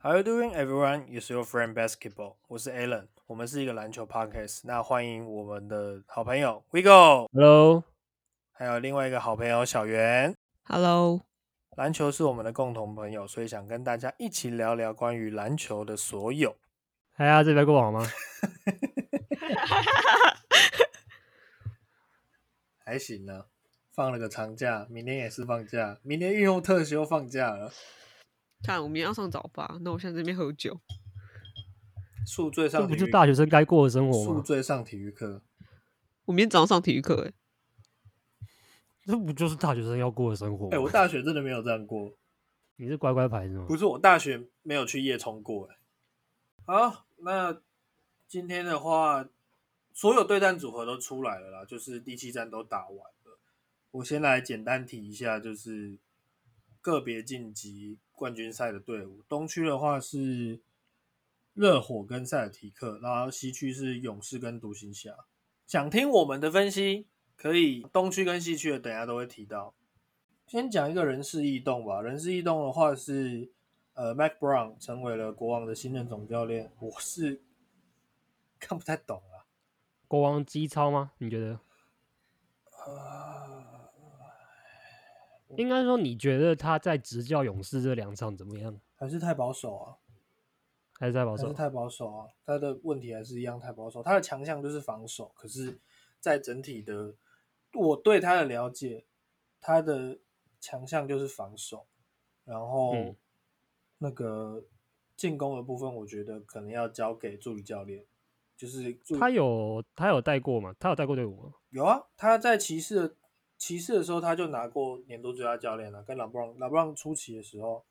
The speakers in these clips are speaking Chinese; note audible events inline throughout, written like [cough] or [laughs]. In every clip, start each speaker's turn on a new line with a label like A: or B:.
A: How you doing, everyone? It's your friend Basketball。我是 Alan，我们是一个篮球 podcast。那欢迎我们的好朋友 Vigo，
B: Hello，
A: 还有另外一个好朋友小圆。
C: Hello，
A: 篮球是我们的共同朋友，所以想跟大家一起聊聊关于篮球的所有。
B: 大家哎这边过网吗？
A: 还行呢、放了个长假，明天也是放假，明天运后特休放假了。
C: 看我明天要上早八，那我现在这边喝酒。
A: 宿醉
B: 这
A: 上
B: 不
A: 体
B: 就
A: 育，
B: 大学生该过的生活
A: 宿
B: 吗？
A: 醉上体育课，
C: 我明天早上上体育课，哎，
B: 这不就是大学生要过的生活吗？
A: 哎、我大学真的没有这样过。
B: 你是乖乖牌是吗？
A: 不是我大学没有去夜冲过、欸。好，那今天的话，所有对战组合都出来了啦，就是第七站都打完了。我先来简单提一下，就是个别晋级冠军赛的队伍。东区的话是热火跟塞尔提克，然后西区是勇士跟独行侠。想听我们的分析，可以东区跟西区的，等一下都会提到。先讲一个人事异动吧。人事异动的话是，呃，Mac Brown 成为了国王的新任总教练。我是看不太懂啊。
B: 国王机超吗？你觉得？啊应该说，你觉得他在执教勇士这两场怎么样？
A: 还是太保守啊，
B: 还是在保
A: 还
B: 守
A: 是？太保守啊。他的问题还是一样太保守。他的强项就是防守，可是，在整体的我对他的了解，他的强项就是防守，然后、
B: 嗯
A: 那个进攻的部分，我觉得可能要交给助理教练，就是助
B: 他有他有带过吗？他有带过队伍吗？
A: 有啊，他在骑士的骑士的时候，他就拿过年度最佳教练了、啊跟拉布朗拉布朗初期的时候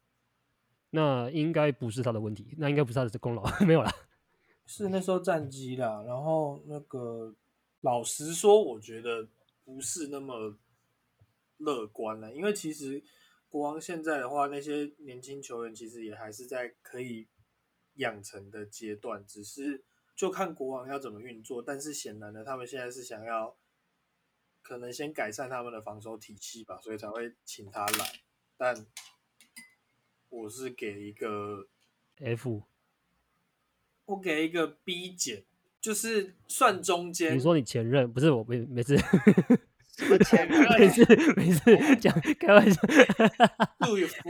B: 那应该不是他的问题，那应该不是他的功劳， [laughs] 没有啦。
A: 是那时候战绩啦。然后那个老实说，我觉得不是那么乐观了，因为其实国王现在的话，那些年轻球员其实也还是在可以养成的阶段，只是就看国王要怎么运作。但是显然的，他们现在是想要可能先改善他们的防守体系吧，所以才会请他来。但我是给一个
B: F，
A: 我给一个 B 减，就是算中间。
B: 你说你前任不是我，每每次
A: 哎
C: 什么
B: [laughs]
C: 前任
B: 每次每
A: 哦
B: 次讲开玩笑。
A: 陆羽夫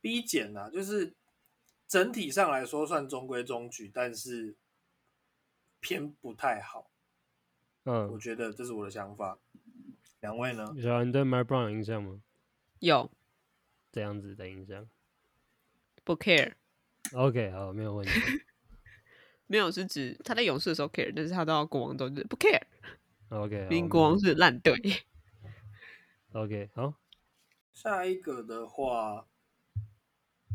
A: B 减呐、啊，就是整体上来说算中规中矩，但是偏不太好。我
B: 嗯，
A: 觉得这是我的想法。两位呢？
B: 小兰对 My Brown 有印象吗？
C: 有
B: 这样子的影响。
C: 不 care？
B: OK，好，没有问题。
C: 没有是指他在勇士的时候 care，但是他到国王都是不 care，
B: OK，好
C: 明明
B: 没
C: 国
B: 有
C: 王是烂队。
B: OK，好，
A: 下一个的话，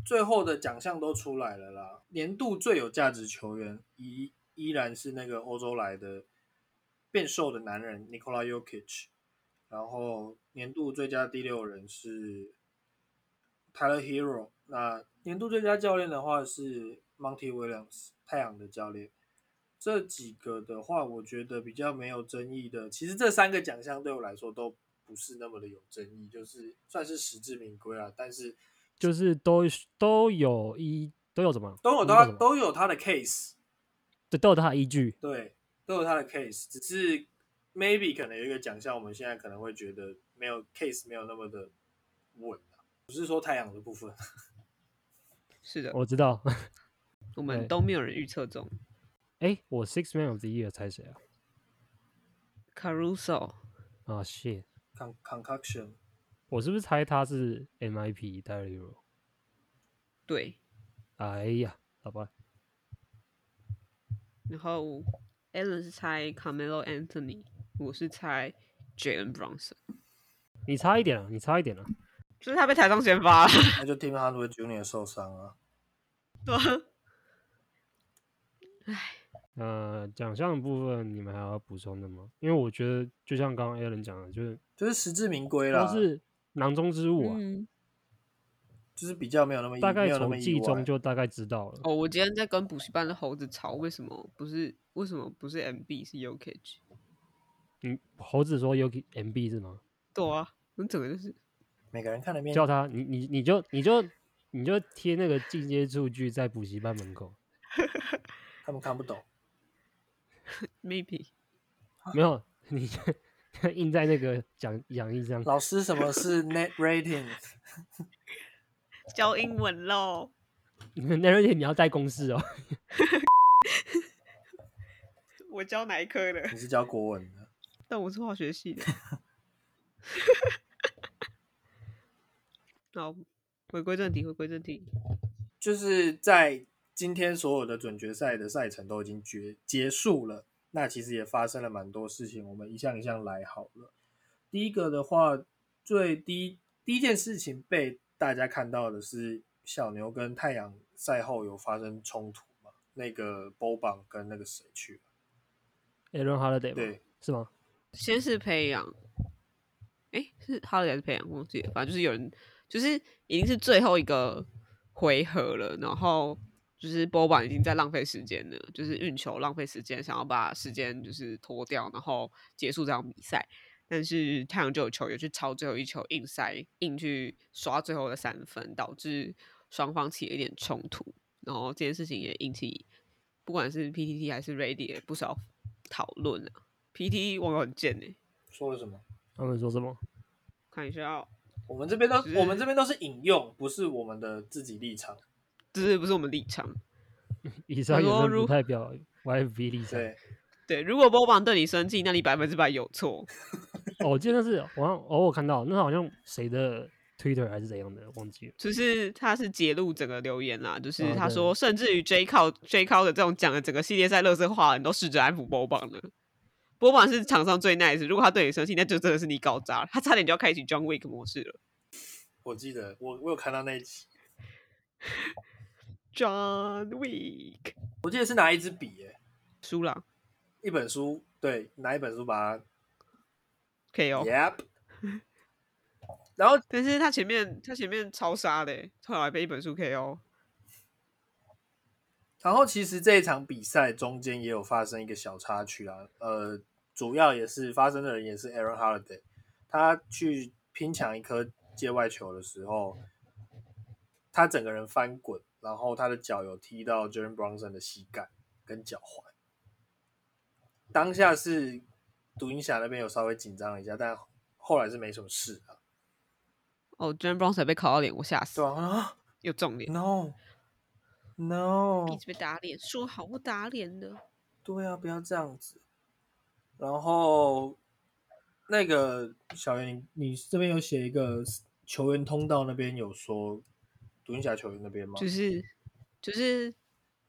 A: 最后的奖项都出来了啦。年度最有价值球员依依然是那个欧洲来的变瘦的男人 Nikola Jokic，然后年度最佳第六人是 Tyler Hero。那年度最佳教练的话是 Monty Williams，太阳的教练。这几个的话，我觉得比较没有争议的。其实这三个奖项对我来说都不是那么的有争议，就是算是实至名归啊。但是
B: 就是都都有依都有什么？
A: 都有
B: 那叫
A: 他
B: 什么
A: 都有他的 case，
B: 对都有他的依据。
A: 对，都有他的 case，只是 maybe 可能有一个奖项，我们现在可能会觉得没有 case 没有那么的稳、啊、不是说太阳的部分， [laughs]
C: 是的，
B: 我知道。 [laughs]
C: 我
B: 哦对
C: 们都没有人预测中。
B: 哎，我 Six Man of the Year 猜谁啊？
C: Caruso
B: 啊，shit，
A: con concoction
B: 我是不是猜他是 MIP d a r i o
C: 对，
B: 哎呀，好吧，
C: 然后 Alan 是猜 Carmelo Anthony，我是猜 Jalen Brunson，
B: 你差一点了，你差一点啊了。
C: 就是他被抬上先发了。 [laughs]
A: 那就 Tim Hardaway Jr. 受伤啊。
C: 对啊
B: 呃，奖项的部分你们还要补充的吗？因为我觉得就像刚刚 a l a n 讲的，就是
A: 就是实至名归
B: 都
A: 啦，
B: 是囊中之物啊，
C: 嗯，
A: 就是比较没有那么意
B: 大概
A: 没有那么
B: 从
A: 意
B: 季
A: 外
B: 中就大概知道了。
C: 哦，我今天在跟补习班的猴子吵，为什么不是为什么不是 MB 是 UKG？
B: 嗯，猴子说 Yuki MB 是吗？
C: 对啊，我整个就是
A: 每个人看的面
B: 叫他，你你你就你就你就贴那个进阶数据在补习班门口，
A: 他们看不懂。
C: ，maybe
A: 啊
B: 没有你就 [laughs] 印在那个讲讲义上。
A: 老师，什么是 net rating？
C: [laughs] 教英文喽。
B: [laughs] 那而且你要带公式哦，
C: 我教哪一科的
A: 你？是教国文的？
C: [laughs] 但我是化学 [laughs] 系的。好，回归正题，回归正题。
A: 就是在今天所有的准决赛的赛程都已经结结束了，那其实也发生了蛮多事情，我们一项一项来好了。第一个的话，最低第一件事情被大家看到的是小牛跟太阳赛后有发生冲突嘛？那个 b o b a n 跟那个谁去了？
B: Aaron Holiday 吗
A: 对，
B: 是吗？
C: 先是培养，诶，是哈利还是培养？忘记了，反正就是有人，就是已经是最后一个回合了，然后就是波板已经在浪费时间了，就是运球浪费时间，想要把时间就是拖掉，然后结束这场比赛。但是太阳就有球员去抄最后一球，硬塞硬去刷最后的三分，导致双方起了一点冲突。然后这件事情也引起不管是 PTT 还是 Reddit 不少讨论啊。PTT 网友很贱呢、欸
A: 说了什么？
B: 他们说什么？
C: 看一下、哦，
A: 我们这边都
C: 只是
A: 我们这边都是引用，不是我们的自己立场。
C: 这是不是我们立场？
B: 以上
C: 他
B: 言
C: 说
B: 论
C: 如
B: 不代表 YFV 立场。
A: 对，
C: 对，如果波榜对你生气，那你百分之百有错。
B: 哦，我记得那是好像偶尔看到，那好像谁的 Twitter 还是怎样的，忘记了。
C: 就是他是揭露整个留言啦，就是
B: 哦
C: 他
B: 对
C: 说，甚至于 J 靠 J 靠的这种讲的整个系列赛乐色化，你都试着安抚波榜了。波榜是场上最 nice，如果他对你生气，那就真的是你搞砸了，他差点就要开启 John Wick 模式了。
A: 我记得我我有看到那一集，
C: John Wick
A: 我记得是拿一支笔、耶，
C: 输了
A: 一本书，对，拿一本书把它
C: ，KO。
A: Yep。然后
C: 但是他前面他前面超杀的欸，后来被一本书 KO。
A: 然后其实这一场比赛中间也有发生一个小插曲啊，呃，主要也是发生的人也是 Aaron Holiday，他去拼抢一颗界外球的时候，他整个人翻滚，然后他的脚有踢到 j e r e m Bronson 的膝盖跟脚踝。当下是独行侠那边有稍微紧张一下，但后来是没什么事啊。
C: 哦，John Bronson 被烤到脸，我吓死
A: 对，啊啊
C: 又中脸。
A: ，No No，
C: 一直被打脸，说好不打脸的。
A: 对啊，不要这样子。然后那个小袁，你你这边有写一个球员通道那边有说独行侠球员那边吗？
C: 就是就是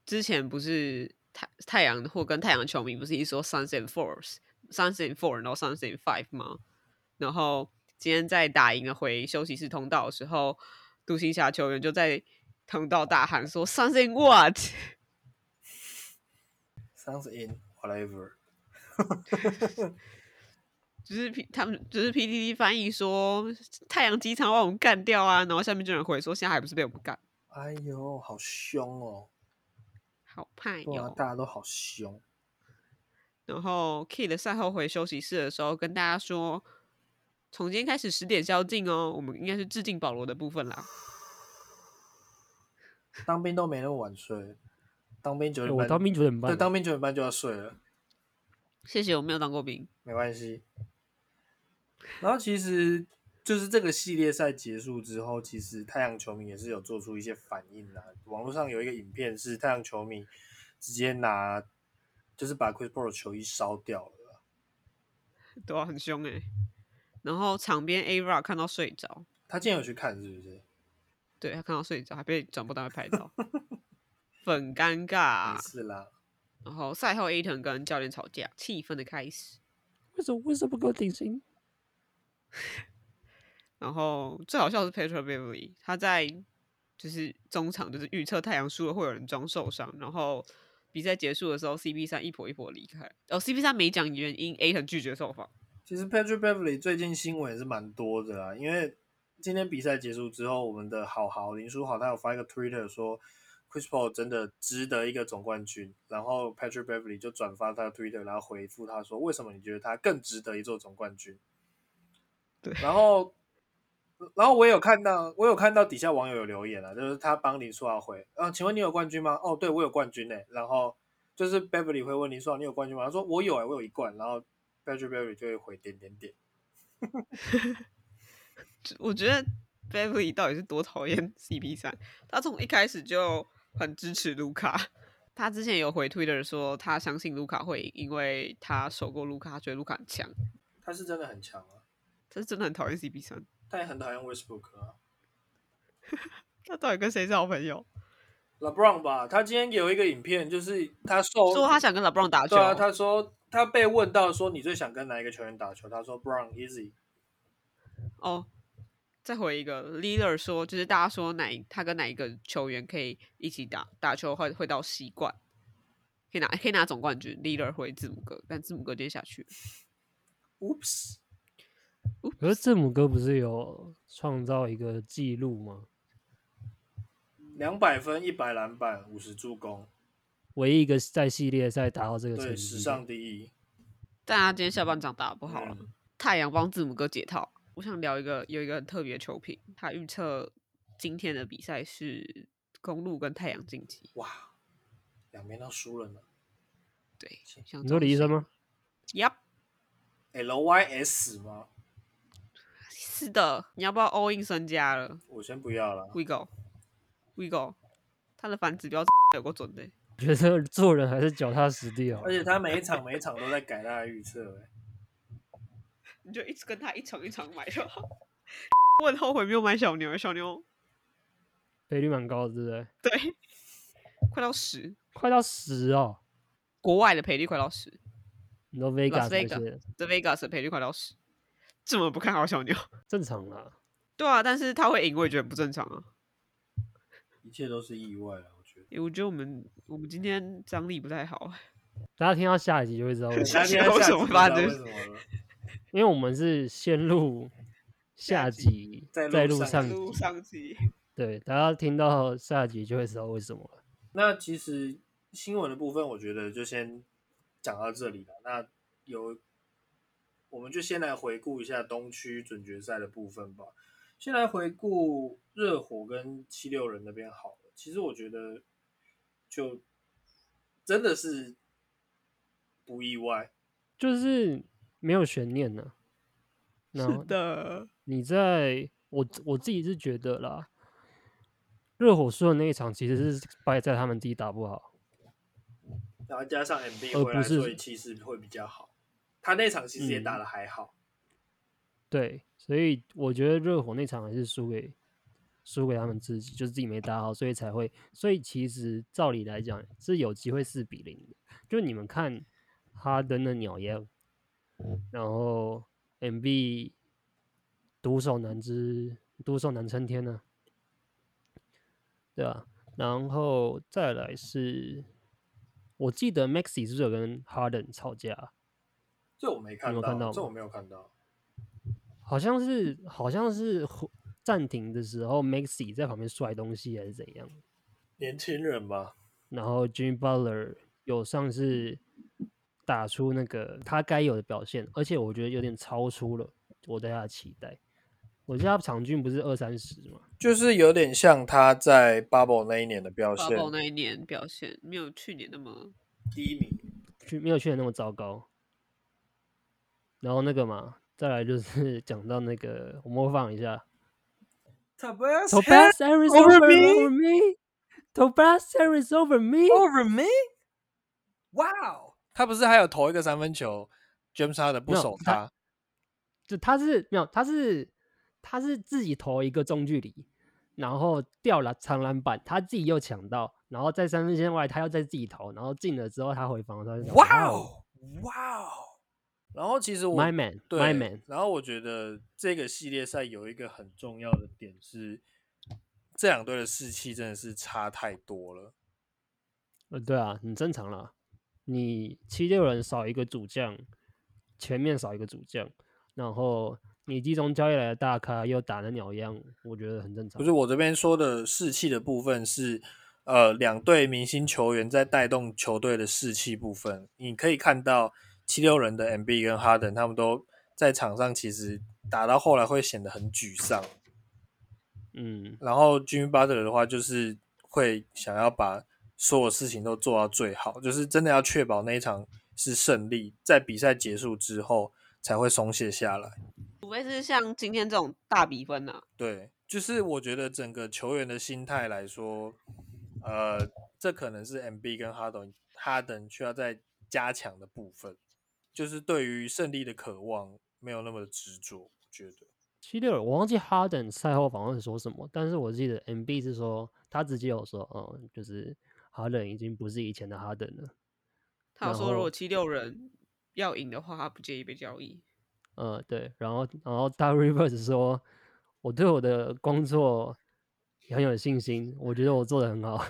C: 之前不是太太阳或跟太阳球迷不是一直说 Suns and Fours、Suns and Four，然后 Suns and Five 吗？然后今天在打赢了回休息室通道的时候，独行侠球员就在通道大喊说 Suns and What？ [laughs]
A: sounds in whatever。
C: 就是 P 他们就是 PDD 翻译说太阳机场把我们干掉啊，然后下面就有人回说现在还不是被我们干，
A: 哎呦，好凶哦！
C: 好怕
A: 对
C: 哟、
A: 啊，大家都好凶。
C: 然后 Kid 赛后回休息室的时候跟大家说，从今天开始十点宵禁哦，我们应该是致敬保罗的部分啦。
A: 当兵都没那么晚睡，当兵九
B: 哎
A: 点
B: 我
A: 半，
B: 当兵九点半
A: 对，
B: 啊，
A: 当兵九点半就要睡了。
C: 谢谢，我没有当过兵。
A: 没关系。然后其实就是这个系列赛结束之后，其实太阳球迷也是有做出一些反应啦、网络上有一个影片是太阳球迷直接拿，就是把 Chris Paul 的球衣烧掉了啦。
C: 对啊，很凶哎、然后场边 Avra 看到睡着，
A: 他竟然有去看，是不是？
C: 对他看到睡着，还被转播单位拍 [laughs] 到，很尴尬啊
A: 没。事啦，
C: 然后赛后 Aton 跟教练吵架，气氛的开始。
B: 为什么为什么不给我顶薪？
C: 然后最好笑的是 Petra Beverly，他在就是中场就是预测太阳输了会有人装受伤，然后比赛结束的时候，CP 三一跛一跛离开。哦，CP 三没讲原因，A 很拒绝受访。
A: 其实 Patrick Beverly 最近新闻也是蛮多的啦，因为今天比赛结束之后，我们的好好林书豪他有发一个 Twitter 说，Chris Paul 真的值得一个总冠军，然后 Patrick Beverly 就转发他的 Twitter，然后回复他说，为什么你觉得他更值得一座总冠军？
C: 对
A: 然后然后我也有看到，我有看到底下网友有留言啊，就是他帮林书豪回，嗯、请问你有冠军吗？哦，对我有冠军呢、然后就是 Beverly 会问林书豪你有冠军吗？他说我有哎、我有一冠。然后 Beverly Beverly 就会回点点点。
C: 我觉得 Beverly 到底是多讨厌 CP 三，他从一开始就很支持卢卡。他之前有回推的说，他相信卢卡会赢，因为他守过卢卡，他觉得卢卡很强。
A: 他是真的很强啊，
C: 他是真的很讨厌 CP 三，
A: 但也很讨厌 Westbrook 啊。
C: 他到底跟谁是好朋友？
A: LeBron 吧，他今天有一个影片，就是他受
C: 说他想跟 LeBron 打球，
A: 对啊，他说他被问到说你最想跟哪一个球员打球，他说 Brown Easy。
C: 哦，再回一个 leader 说，就是大家说哪一他跟哪一个球员可以一起打打球会会到西冠，可以拿可以拿总冠军。leader 回字母哥，但字母哥今天下去了。
A: Oops，
B: 可是字母哥不是有创造一个记录吗？
A: 两百分，一百篮板，五十助攻，
B: 唯一一个在系列赛达到这个成
A: 对，
B: 绩，
A: 史上第一。
C: 但他今天下半场打得不好了。
A: 嗯
C: 太阳帮字母哥解套。我想聊一个有一个很特别的球评，他预测今天的比赛是公路跟太阳晋级。
A: 哇，两边都输了呢。
C: 对，想
B: 你说李医生吗？
C: ？Yep，
A: L Y S 吗？
C: 是的。你要不要 all in 身家了
A: 我先不要了。
C: ？We go，We go。他的反指标 [laughs] 有够准的欸、
B: 觉得 [laughs] 做人还是脚踏实地哦好
A: 而。且他每一场每一场都在改他的预测、欸，
C: 你就一直跟他一场一场买就好。 [laughs] 我很后悔没有买小牛，小牛
B: 赔率蛮高的，对不对？
C: 对， [laughs] 快到十，
B: 快到十哦，
C: 国外的赔率快到十
B: 你都 Vegas 那
C: Vegas
B: 些
C: ，The Vegas 的赔率快到十，这么不看好小牛？
B: 正常啦。
C: 对啊，但是他会赢，我也觉得很不正常啊。
A: 一切都是意外啊了。我觉得
C: [laughs] 诶我觉得我们我们今天张力不太好，啊
B: 大家听到下一集就会知道为什
A: 大家
B: 么，
A: 现在
C: 为
A: 下
C: 什
A: 集
C: 么
A: 不
C: 会
A: 知
C: 发
A: 道
C: 生
A: 为
C: 这
A: 什么了？
B: 因为我们是先录
C: 下
B: 下集，
A: 再录
B: 再录
A: 上
B: 上
A: 集
C: 录
B: 集。
C: 上集
B: 对，大家听到下集就会知道为什么了。
A: 那其实新闻的部分，我觉得就先讲到这里了。那有，我们就先来回顾一下东区准决赛的部分吧。先来回顾热火跟七六人那边好了。其实我觉得，就真的是不意外。
B: 就是没有悬念呢、
C: 是 [laughs]
B: 那
C: 的，
B: 你在我我自己是觉得啦，热火输的那一场其实是败在他们自己打不好。
A: 然后加上 MB
B: 而
A: 回来，
B: 呃不是嗯
A: 所以其实会比较好。他那场其实也打的还好，
B: 对，所以我觉得热火那场还是输给输给他们自己，就是自己没打好，所以才会。所以其实照理来讲是有机会四比零的。就你们看哈登的鸟样，然后 M B 独守难支，独守难撑天呢、对啊，然后再来是，我记得 Maxi 是不是有跟哈登吵架啊？
A: 这我没看
B: 你有
A: 到，
B: 看到吗
A: 这我没有看到。
B: 好像是好像是回暂停的时候，Maxi 在旁边摔东西还是怎样，
A: 年轻人吧，
B: 然后 Jimmy Butler 有上是打出那个他该有的表现，而且我觉得有点超出了我对他的期待。我记得他场均不是二三十嘛，
A: 就是有点像他在 Bubble 那一年的表
C: 八
A: 现，
C: 宝那一年表现没有去年那么
A: 第一名。
B: 去没有去年那么糟糕。然后那个嘛，再来就是讲到那个，我模仿一下
A: Tobias
B: ，Tobias Harris
A: over
B: over
A: me?
B: over me，Tobias Harris over me，
A: over me? Wow！他不是还有投一个三分球，James Harden 不
B: 没有
A: 守
B: 他
A: 他，
B: 就他是没有，他是他是自己投一个中距离，然后掉了长篮板，他自己又抢到，然后在三分线外他又再自己投，然后进了之后他回防，他就想
A: 哇哦哇哦！然后其实我
B: ，My man，My
A: 对
B: man，
A: 然后我觉得这个系列赛有一个很重要的点是，这两队的士气真的是差太多了。
B: 呃，对啊，很正常啦。你七六人少一个主将，前面少一个主将，然后你集中交易来的大咖又打了鸟样，我觉得很正常。
A: 不是我这边说的士气的部分是，呃，两队明星球员在带动球队的士气部分。你可以看到七六人的 MB 跟哈登，他们都在场上其实打到后来会显得很沮丧，
B: 嗯，
A: 然后 Jimmy Butler 的话，就是会想要把所有事情都做到最好，就是真的要确保那一场是胜利，在比赛结束之后才会松懈下来。
C: 除非是像今天这种大比分啊呢、
A: 对，就是我觉得整个球员的心态来说，呃，这可能是 MB 跟哈登哈登需要再加强的部分，就是对于胜利的渴望没有那么的执着，我觉得。
B: 七六，我忘记哈登赛后访问说什么，但是我记得 M B 是说他直接有说，嗯，就是哈登已经不是以前的哈登了，
C: 他有
B: 然
C: 说如
B: 后
C: 果七六人要赢的话，他不介意被交易。
B: 嗯，对，然后然后大 [laughs] Rivers 说，我对我的工作很有信心，我觉得我做的很好，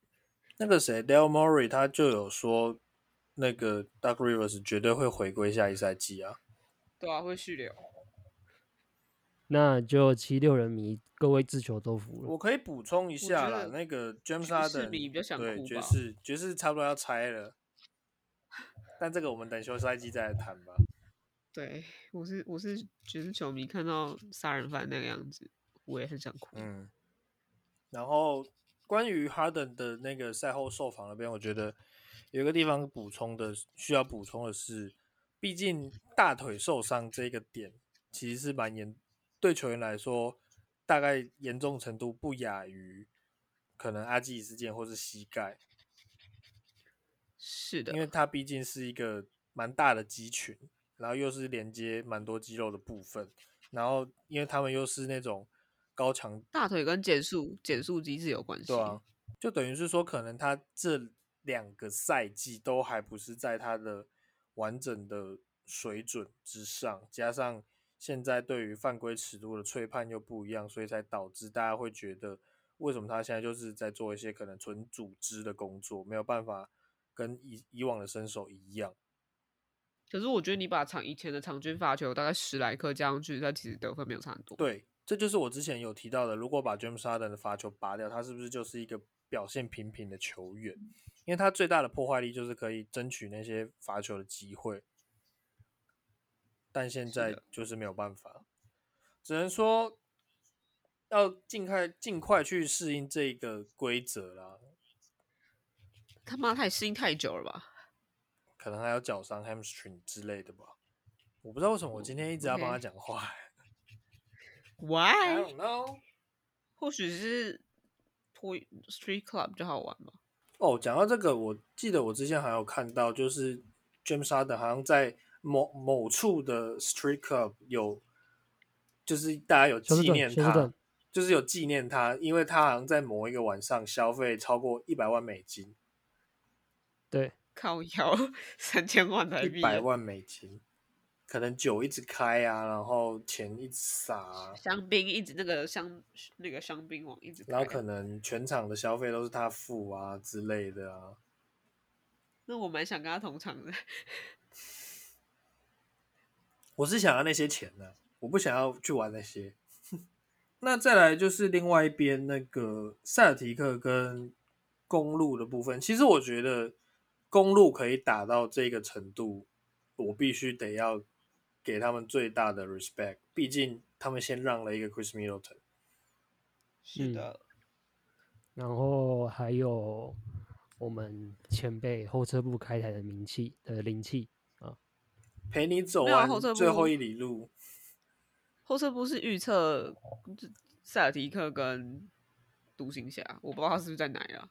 B: [laughs]
A: 那个谁，Del Murray 他就有说，那个 Doug Rivers 绝对会回归下一赛季啊。
C: 对啊，会续留。
B: 那就七六人迷各位自求多福了
A: 我，可以补充一下
C: 觉
A: 啦
C: 得，
A: 那个 James
C: 爵士
A: Harden
C: 迷比较想
A: 对
C: 哭
A: 爵
C: 吧
A: 士爵士差不多要拆了，但这个我们等休赛季再来谈吧。
C: 对，我是我是爵士球迷，看到杀人犯那个样子，我也很想哭。
A: 嗯，然后关于 Harden 的那个赛后受访那边，我觉得有一个地方补充的需要补充的是，毕竟大腿受伤这个点其实是蛮严，对球员来说大概严重程度不亚于可能阿基里斯腱或是膝盖，
C: 是的
A: 因，为它毕竟是一个蛮大的肌群，然后又是连接蛮多肌肉的部分，然后因为他们又是那种高强
C: 大腿跟减速减速机制有关系。
A: 对啊，就等于是说，可能他这两个赛季都还不是在他的完整的水准之上，加上现在对于犯规尺度的吹判又不一样，所以才导致大家会觉得，为什么他现在就是在做一些可能纯组织的工作，没有办法跟以以往的身手一样。
C: 可是我觉得你把场以前的场均罚球大概十来颗加上去，他其实得分没有差很多。
A: 对，这就是我之前有提到的，如果把 James Harden 的罚球拔掉，他是不是就是一个表现平平的球员？因为他最大的破坏力就是可以争取那些罚球的机会，但现
C: 是
A: 在
C: 的
A: 就是没有办法，只能说要尽快尽快去适应这个规则啦。
C: 他妈太适应太久了吧？
A: 可能还有脚伤、hamstring 之类的吧。我不知道为什么
C: 嗯
A: 我今天一直要帮他
C: OK
A: 讲话、I
C: Why？
A: don't know。
C: 或许是 Toy Street Club 比较好玩吧。
A: 哦，讲到这个，我记得我之前还有看到，就是 James Harden 好像在某某处的 Street Club 有，就是大家有
B: 休斯
A: 纪
B: 顿
A: 念
B: 休斯
A: 他
B: 顿，
A: 就是有纪念他，因为他好像在某一个晚上消费超过一百万美金，
B: 对，
C: 靠腰三千万台
A: 一
C: 币耶，
A: 百万美金，可能酒一直开啊，然后钱一直撒、啊，
C: 香槟一直那个香那个香槟王一直
A: 然后
C: 开
A: 可能全场的消费都是他付啊之类的啊。
C: 那我蛮想跟他同场的，
A: 我是想要那些钱呢、我不想要去玩那些。 [laughs] 那再来就是另外一边那个塞尔提克跟公路的部分，其实我觉得公路可以打到这个程度，我必须得要给他们最大的 respect，毕竟他们先让了一个 Chris Middleton。
C: 是
B: 嗯
C: 的，
B: 然后还有我们前辈后车部开台的名气的灵气，
A: 陪你走
C: 没有啊
A: 完
C: 后撤
A: 最后
C: 步
A: 一里路，
C: 后撤步是预测塞尔提克跟独行侠，我不知道他是不是在哪了。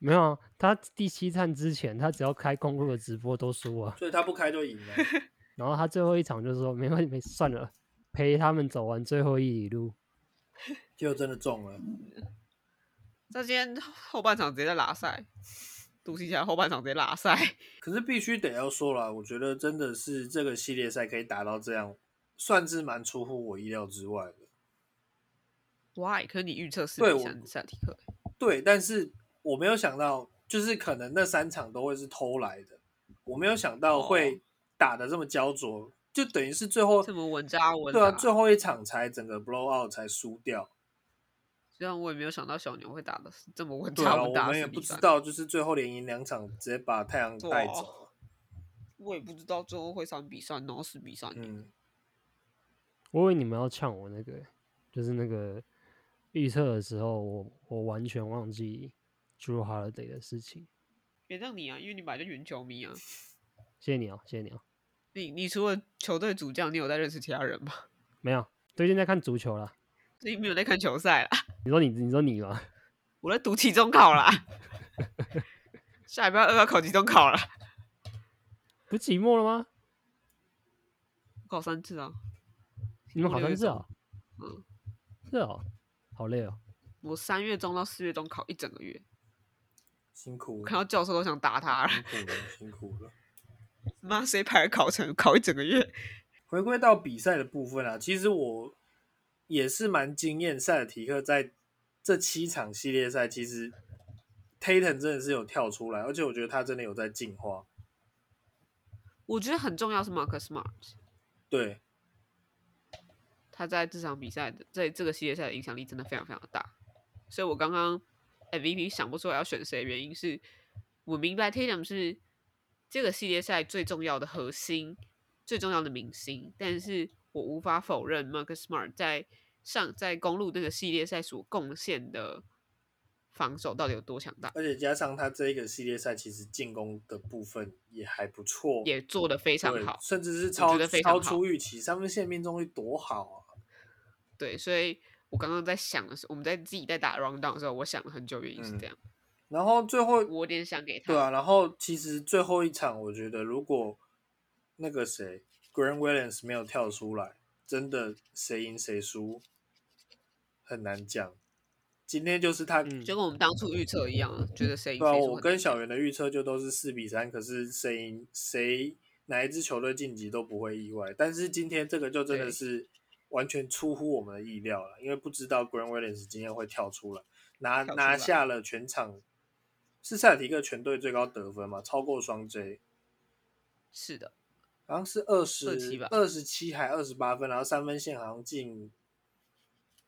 B: 没有啊，他第七站之前，他只要开公路的直播都输啊。
A: 所以他不开就赢
C: [laughs]
A: 了。
B: 然后他最后一场就说没关系，没算了，陪他们走完最后一里路。
A: 结果真的中了，
C: 他今天后半场直接在拉塞，独行侠后半场直接拉塞，
A: 可是必须得要说啦，我觉得真的是这个系列赛可以打到这样，算是蛮出乎我意料之外的。
C: 哇！可是你预测四
A: 对
C: 比
A: 我
C: 三塞尔提克，欸
A: 对，但是我没有想到，就是可能那三场都会是偷来的，我没有想到会打的这么焦灼，就等于是最后
C: 哦这么稳扎稳
A: 对啊，
C: 打
A: 最后一场才整个 blow out 才输掉。
C: 虽然我也没有想到小牛会打的这么
A: [laughs]
C: 稳
A: 对
C: 扎
A: 啊，
C: 稳
A: 我
C: 打，
A: 们也不知，道，就是最后连赢两场，直接把太阳带走。
C: 我也不知道哦最后会三比三，然后四比三、
A: 嗯，
B: 我以为你们要呛我那个欸，就是那个预测的时候，我我完全忘记 Drew Holiday 的事情。
C: 原谅你啊，因为你本来就云球迷啊。
B: 谢谢你哦，谢谢你哦。
C: 你你除了球队主将，你有在认识其他人吗？ [laughs]
B: 没有，最近在看足球啦。
C: 最近没有在看球赛啦，啊
B: 你说你，你说你吗？ [laughs]
C: 我在读期中考啦。 [laughs] 下礼拜二要考期中考啦，
B: 不是期末了吗？
C: 我考三次啊。
B: 你们
C: 末
B: 好像
C: 六
B: 是
C: 月
B: 哦，
C: 嗯，
B: 是哦，好累哦。
C: 我三月中到四月中考一整个月，
A: 辛苦了
C: 我看，到教授都想打他了。 [laughs]
A: 辛苦了，辛苦了。
C: 妈，谁排的考程考一整个月？
A: 回归到比赛的部分啊，其实我也是蛮惊艳塞尔提克在这七场系列赛，其实 Tatum 真的是有跳出来，而且我觉得他真的有在进化。
C: 我觉得很重要是 Marcus Smart，
A: 对，
C: 他在这场比赛的在这个系列赛的影响力真的非常非常大。所以我刚刚 MVP 想不出来要选谁，原因是我明白 Tatum 是这个系列赛最重要的核心、最重要的明星，但是我无法否认 Marcus Smart 在上在公路那个系列赛所贡献的防守到底有多强大，
A: 而且加上他这一个系列赛，其实进攻的部分也还不错，
C: 也做得非常
A: 对
C: 好。
A: 甚至是
C: 我
A: 超
C: 觉得非常
A: 超
C: 好
A: 出预期，三分线命中率多好啊！
C: 对，所以我刚刚在想的时候，我们在自己在打 round down 的时候，我想了很久，原因是这样，
A: 然后最后
C: 我有点想给
A: 嗯
C: 他。
A: 对啊，然后其实最后一场，我觉得如果那个谁 Grant Williams 没有跳出来，真的谁赢谁输很难讲。今天就是他，
B: 嗯，
C: 就跟我们当初预测一样啊，觉得谁赢
A: 对啊，
C: 谁输
A: 我
C: 很
A: 跟
C: 难讲
A: 小圆的预测就都是四比三，可是谁赢谁哪一支球队晋级都不会意外。但是今天这个就真的
C: 对
A: 是完全出乎我们的意料了，因为不知道 Grant Williams 今天会跳出来，拿
C: 跳出
A: 拿
C: 来
A: 下了全场，是塞尔提克全队最高得分嘛，超过双 J。
C: 是的，
A: 好像是二十
C: 27吧
A: 二十七还二十八分，然后三分线好像进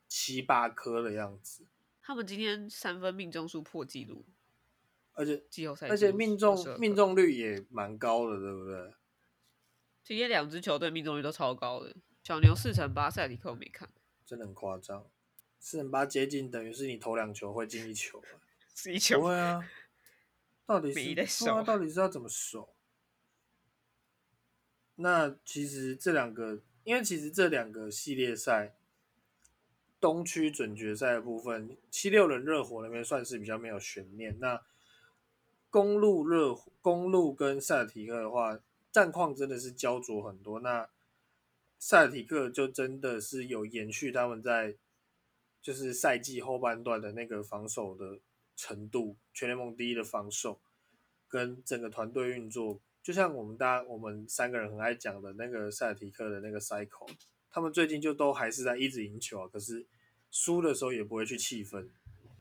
A: 七八颗的样子，
C: 他们今天三分命中数破纪录，
A: 而且
C: 季后赛
A: 而且
C: 纪录
A: 命
C: 12个
A: 中命中率也蛮高的，对不对？
C: 今天两支球队命中率都超高的，小牛四乘八，赛迪克我没看，
A: [laughs] 真的很夸张，四点八接近等于是你投两球会进一球，
C: [laughs] 是一
A: 不
C: 球，
A: 会啊？到底是
C: 没得守
A: 对啊到底是要怎么守？那其实这两个，因为其实这两个系列赛，东区准决赛的部分，七六人热火那边算是比较没有悬念。那公路热火公路跟塞尔提克的话，战况真的是焦灼很多。那塞尔提克就真的是有延续他们在就是赛季后半段的那个防守的程度，全联盟第一的防守，跟整个团队运作，就像我们大家我们三个人很爱讲的那个塞尔提克的那个 cycle，他们最近就都还是在一直赢球啊，可是输的时候也不会去气愤。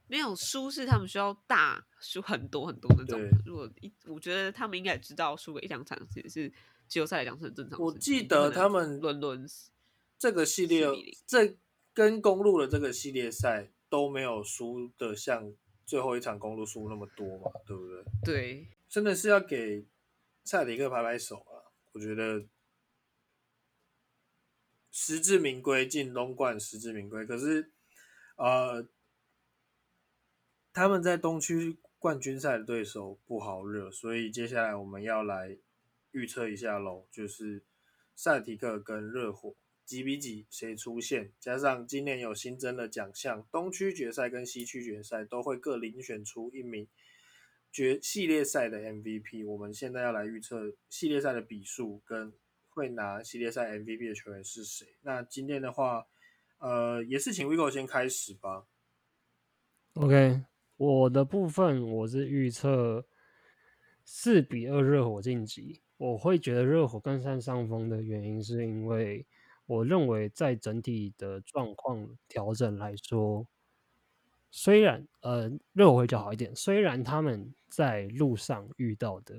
C: 没有输是他们需要大输很多很多那种
A: 对。
C: 如果一，我觉得他们应该也知道输个一两场其实是季后赛来讲是很正常的
A: 我
C: 事情。
A: 记
C: 不可
A: 得
C: 能
A: 他们
C: 轮轮死
A: 这个系列
C: 4比0
A: 这跟公路的这个系列赛都没有输的像最后一场公路输那么多嘛，对不对？
C: 对，
A: 真的是要给塞里克拍拍手啊！我觉得实至名归，进东冠实至名归。可是，呃，他们在东区冠军赛的对手不好惹，所以接下来我们要来预测一下喽，就是塞尔提克跟热火几比几谁出现，加上今年有新增的奖项，东区决赛跟西区决赛都会各遴选出一名决系列赛的 MVP。我们现在要来预测系列赛的比数跟会拿系列赛 MVP 的球员是谁。那今天的话，呃，也是请 Vigo 先开始吧。
B: OK，我的部分我是预测四比二热火晋级。我会觉得热火更占上风的原因，是因为我认为在整体的状况调整来说，虽然呃热火会较好一点，虽然他们在路上遇到的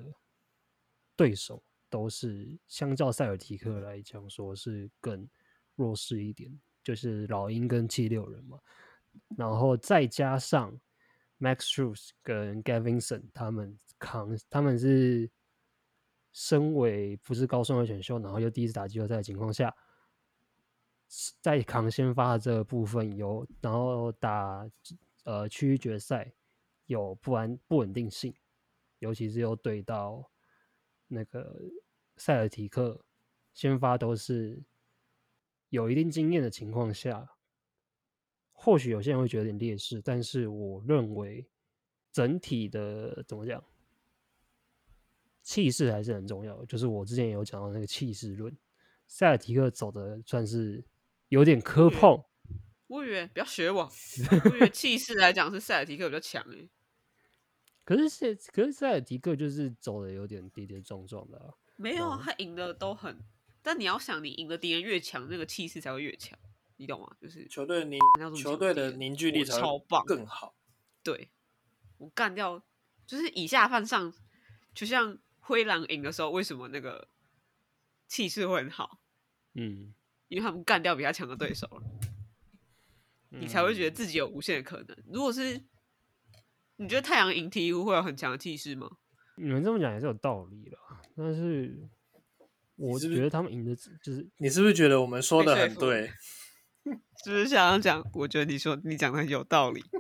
B: 对手都是相较塞尔提克来讲说是更弱势一点，就是老鹰跟七六人嘛。然后再加上 Max Strus 跟 Gavinson 他们扛，他们是身为不是高顺位选秀，然后又第一次打季后赛的情况下，在扛先发的这个部分有，然后打呃区域决赛有不安不稳定性，尤其是又对到那个塞尔提克先发都是有一定经验的情况下，或许有些人会觉得有点劣势，但是我认为整体的怎么讲气势还是很重要的。就是我之前也有讲到那个气势论，塞尔提克走的算是有点磕
C: 对
B: 碰，
C: 我以为不要
A: [laughs]
C: 学我，我以为气势来讲是塞尔提克比较强欸诶、
B: 可是现可是塞尔提克就是走的有点跌跌撞撞的、啊，
C: 没有啊，他赢的都很，但你要想，你赢的敌人越强，那个气势才会越强，你懂吗？就是
A: 球队凝
C: 要这么
A: 球
C: 讲
A: 队
C: 对
A: 的凝聚力
C: 我
A: 才会
C: 超棒
A: 更好。
C: 对我干掉，就是以下犯上，就像灰狼赢的时候，为什么那个气势会很好？
B: 嗯，
C: 因为他们干掉比他强的对手了，你才会觉得
B: 嗯
C: 自己有无限的可能。如果是你觉得太阳赢鹈鹕会有很强的气势吗？
B: 你们这么讲也是有道理了，但是我
A: 是不是
B: 觉得他们赢的就是
A: 你是不是觉得我们说的
C: 被
A: 很
C: 说服
A: 对？
C: 是不是想要讲？我觉得你说你讲的有道理。 [laughs]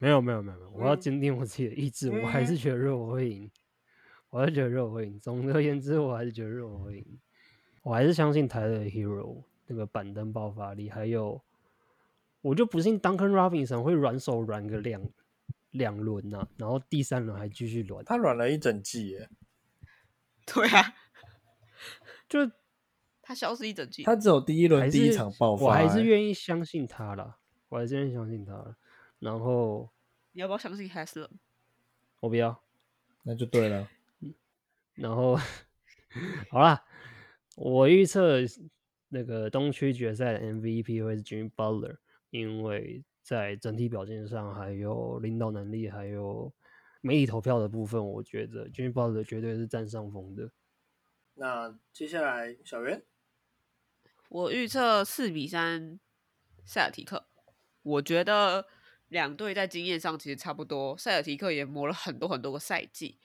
B: 没有没有没有没有，我要
A: 嗯
B: 坚定我自己的意志，我还是觉得热火会赢，我还是觉得热火会赢。总而言之，我还是觉得热火会赢，我还是相信台的 Hero 那个板凳爆发力，还有我就不信 Duncan Robinson 会软手软个两两轮呐、然后第三轮还继续软，
A: 他软了一整季耶，
C: 对啊，
B: 就
C: 他消失一整季，
A: 他只有第一轮
B: 还
A: 第一
B: 是
A: 场爆发耶，欸
B: 我还是愿意相信他啦，我还是愿意相信他啦。然后
C: 你要不要相信 Haslam？
B: 我不要，
A: 那就对了。
B: 然后 [laughs] 好啦，我预测那个东区决赛的 MVP 会是 Jimmy Butler，因为在整体表现上，还有领导能力，还有媒体投票的部分，我觉得 Jimmy Butler 绝对是占上风的。
A: 那接下来小袁，
C: 我预测四比三塞尔提克。我觉得两队在经验上其实差不多，塞尔提克也磨了很多很多个赛季，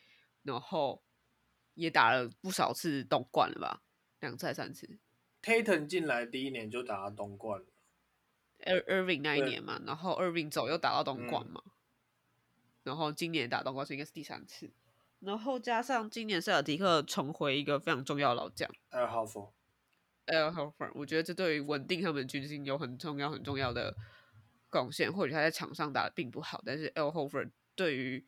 C: 然后也打了不少次东冠了吧，两次还三次。
A: Tatum 进来第一年就打到东冠了，
C: Ir Irving 那一
A: 对
C: 年嘛，然后 Irving 走又打到东冠
A: 嗯
C: 嘛，然后今年打东冠是应该是第三次，然后加上今年塞尔提克重回一个非常重要的老将。
A: 还有 h o
C: L h o f e r 我觉得这对于稳定他们的军心有很重要很重要的贡献。或许他在场上打的并不好，但是 L h o f e r 对于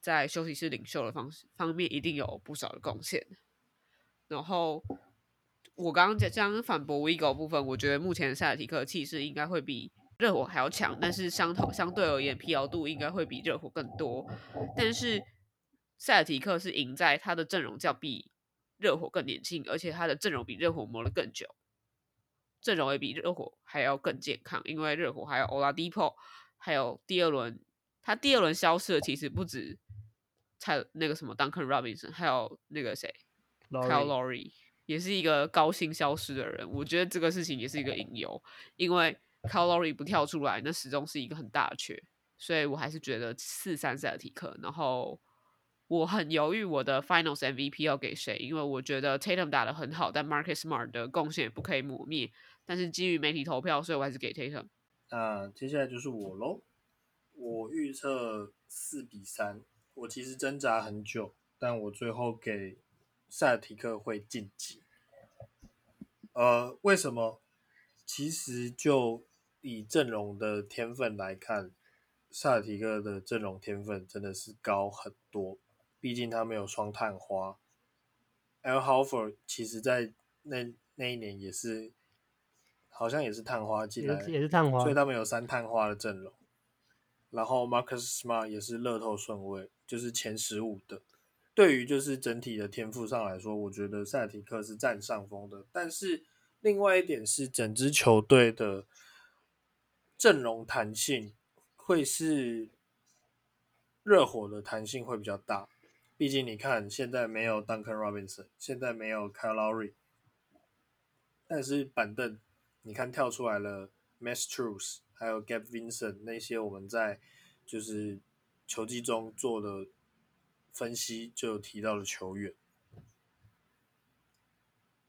C: 在休息室领袖的方式方面一定有不少的贡献。然后我刚刚讲这样反驳 Vigo 部分，我觉得目前塞尔提克的气势应该会比热火还要强，但是相同相对而言疲劳度应该会比热火更多。但是塞尔提克是赢在他的阵容较比热火更年轻，而且他的阵容比热火磨了更久，阵容也比热火还要更健康，因为热火还有 Oladipo，还有第二轮他第二轮消失的其实不止才那个什么 Duncan Robinson，还有那个谁 k y l
B: Lowry
C: o r y 也是一个高薪消失的人，我觉得这个事情也是一个隐忧，因为 k y l o r y 不跳出来，那始终是一个很大的缺。所以我还是觉得四三塞尔提克。然后我很犹豫我的 Finals MVP 要给谁，因为我觉得 Tatum 打得很好，但 Marcus Smart 的贡献也不可以抹灭。但是基于媒体投票，所以我还是给 Tatum。
A: 那接下来就是我喽。我预测四比三，我其实挣扎很久，但我最后给塞尔提克会晋级。呃，为什么？其实就以阵容的天分来看，塞尔提克的阵容天分真的是高很多，毕竟他没有双探花。L. h o f e r 其实在那那一年也是，好像也是探花进
B: 也
A: 来，
B: 是也是探花
A: 所以，他们有三探花的阵容。然后 Marcus Smart 也是乐透顺位，就是前十五的。对于就是整体的天赋上来说，我觉得塞尔提克是占上风的。但是另外一点是，整支球队的阵容弹性会是热火的弹性会比较大。毕竟你看，现在没有 Duncan Robinson，现在没有 Kyle Lowry，但是板凳你看跳出来了 Mass Truth，还有 Gap Vincent 那些我们在就是球技中做的分析就有提到的球员，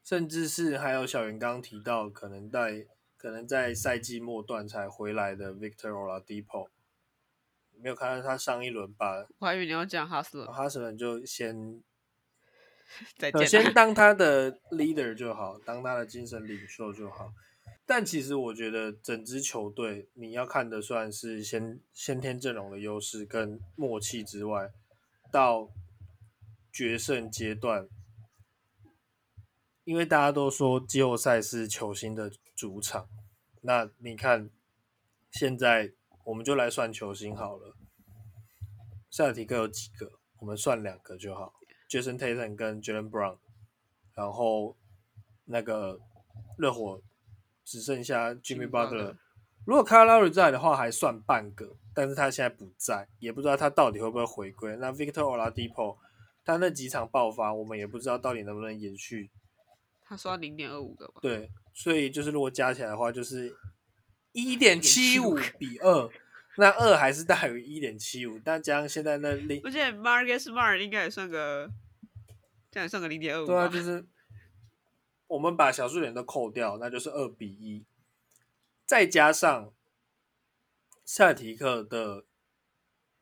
A: 甚至是还有小袁刚刚提到可能在可能在赛季末段才回来的 Victor Oladipo，没有看到他上一轮吧？
C: 我还以为你要讲哈斯勒，
A: 哈什伦就先
C: 哦再
A: 呃，
C: 见
A: 先
C: 啦。
A: 当他的 leader 就好，当他的精神领袖就好。但其实我觉得整支球队你要看的算是先先天阵容的优势跟默契之外，到决胜阶段，因为大家都说季后赛是球星的主场，那你看现在我们就来算球星好了。塞尔提克有几个？我们算两个就好。Jason Tatum 跟 Jalen Brown，然后那个热火只剩下 Jimmy
C: Jimmy Butler
A: Butler。如果 Kyle Lowry 在的话，还算半个，但是他现在不在，也不知道他到底会不会回归。那 Victor Oladipo，他那几场爆发，我们也不知道到底能不能延续。
C: [laughs] 他刷零点二五个 [laughs] 吧，
A: 对，所以就是如果加起来的话，就是一点七五
C: 1.75
A: 比二，那二还是大于一点七五，但加上现在那另
C: 而且 Marcus Smart 应该也算个，这样也算个零点二五。
A: 对啊，就是我们把小数点都扣掉，那就是二比一，再加上塞尔提克的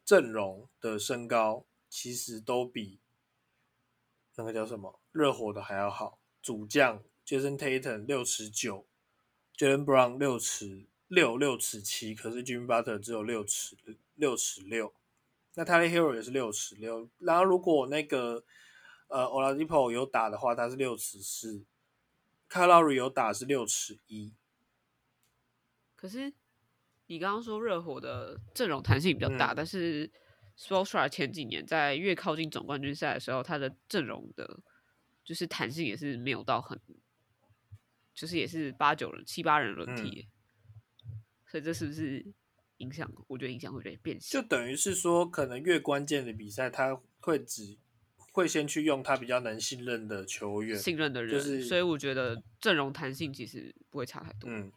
A: 阵容的身高，其实都比那个叫什么热火的还要好。主将 Jason Tatum 六尺九，Jalen Brown 六尺六六尺七，可是 Jimmy Butler 只有六尺六尺六。那 t a l y Hero 也是六尺六，然后如果那个呃 Oladipo 有打的话，他是六尺四 k a l o r i 有打是六尺一，
C: 可是你刚刚说热火的阵容弹性比较大，
A: 嗯
C: 但是 s p o r t s r a 前几年在越靠近总冠军赛的时候，他的阵容的，就是弹性也是没有到很，就是也是八九人、七八人
A: 嗯
C: 轮替耶、所以这是不是影响？我觉得影响会有点变
A: 就
C: 小。
A: 等于是说，可能越关键的比赛，他会只会先去用他比较能信任的球员，
C: 信任的人，
A: 就是
C: 所以我觉得阵容弹性其实不会差太多，
A: 嗯，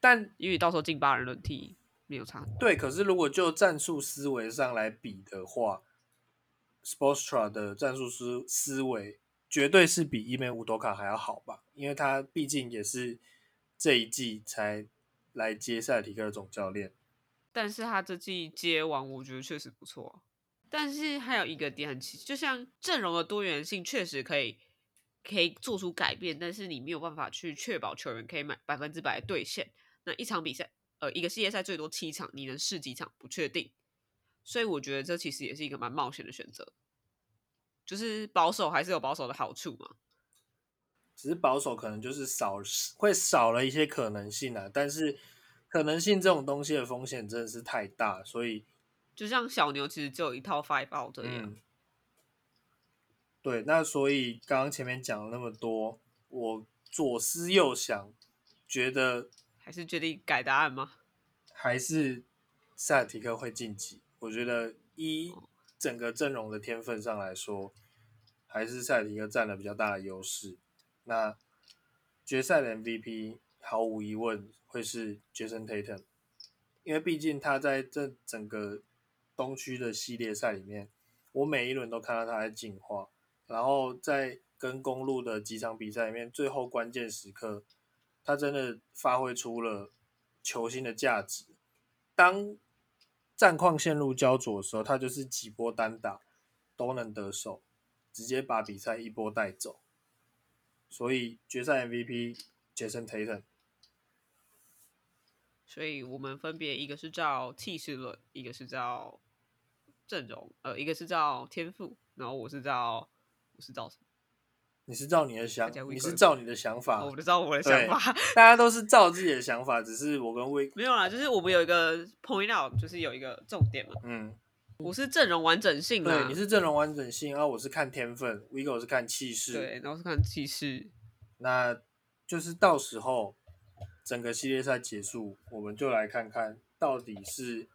A: 但
C: 因为到时候进八人轮替没有差很多。
A: 对，可是如果就战术思维上来比的话 s p o r t s t r a 的战术思思维绝对是比伊梅乌多卡还要好吧？因为他毕竟也是这一季才来接塞尔提克的总教练。
C: 但是他这季接完，我觉得确实不错啊、但是还有一个点很奇，就像阵容的多元性确实可以可以做出改变，但是你没有办法去确保球员可以满百分之百的兑现。那一场比赛，呃，一个系列赛最多七场，你能试几场不确定，所以我觉得这其实也是一个蛮冒险的选择。就是保守还是有保守的好处嘛，
A: 只是保守可能就是少会少了一些可能性啊，但是可能性这种东西的风险真的是太大，所以
C: 就像小牛其实只有一套 five out 这样，
A: 嗯，对，那所以刚刚前面讲了那么多，我左思右想，觉得
C: 还是决定改答案吗？
A: 还是塞尔提克会晋级。我觉得一整个阵容的天分上来说，还是塞尔提克占了比较大的优势。那决赛的 MVP 毫无疑问会是 Jason Tatum，因为毕竟他在这整个东区的系列赛里面，我每一轮都看到他在进化，然后在跟公路的几场比赛里面，最后关键时刻，他真的发挥出了球星的价值。当战况陷入焦灼的时候，他就是几波单打都能得手，直接把比赛一波带走。所以决赛 MVP Jason Tatum，
C: 所以我们分别一个是照气势论，一个是照阵容，呃，一个是照天赋，然后我是照我是照什么？
A: 你是照你的想
C: 大家，会
A: 你
C: 各
A: 是
C: 有
A: 照你的想法
C: 哦，我，就照我的
A: 啊对
C: 想法。 [laughs]
A: 大家都是照自己的想法，只是我跟魏，
C: 没有啦，就是我们有一个 point out，就是有一个重点嘛。
A: 嗯，
C: 我是阵容完整性
A: 对，啊
C: 啦
A: 你，是阵容完整性，啊，我是看天分，Vigo 是看气势，
C: 对，然后是看气势，
A: 那就是到时候整个系列赛结束，我们就来看看到底是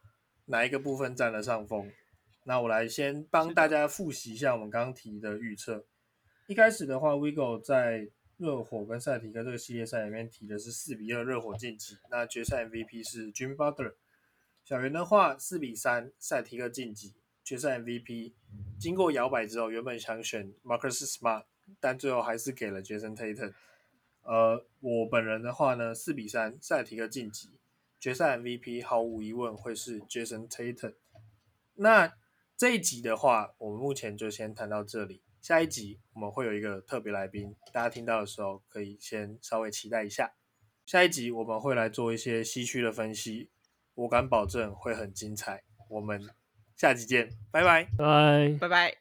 A: 哪一个部分占了上风。那我来先帮大家复习一下我们刚刚提的预测。一开始的话，Vigo 在热火跟赛提克这个系列赛里面提的是四比二热火晋级，那决赛 MVP 是 Jimmy Butler。小圆的话，四比三赛提克晋级，决赛 MVP。经过摇摆之后，原本想选 Marcus Smart，但最后还是给了 Jason Tatum。呃，我本人的话呢，四比三，赛提克晋级，决赛 MVP 毫无疑问会是 Jason Tatum。那这一集的话，我们目前就先谈到这里。下一集我们会有一个特别来宾，大家听到的时候可以先稍微期待一下。下一集我们会来做一些西区的分析，我敢保证会很精彩。我们下集见，拜拜。
B: 拜。
C: 拜拜。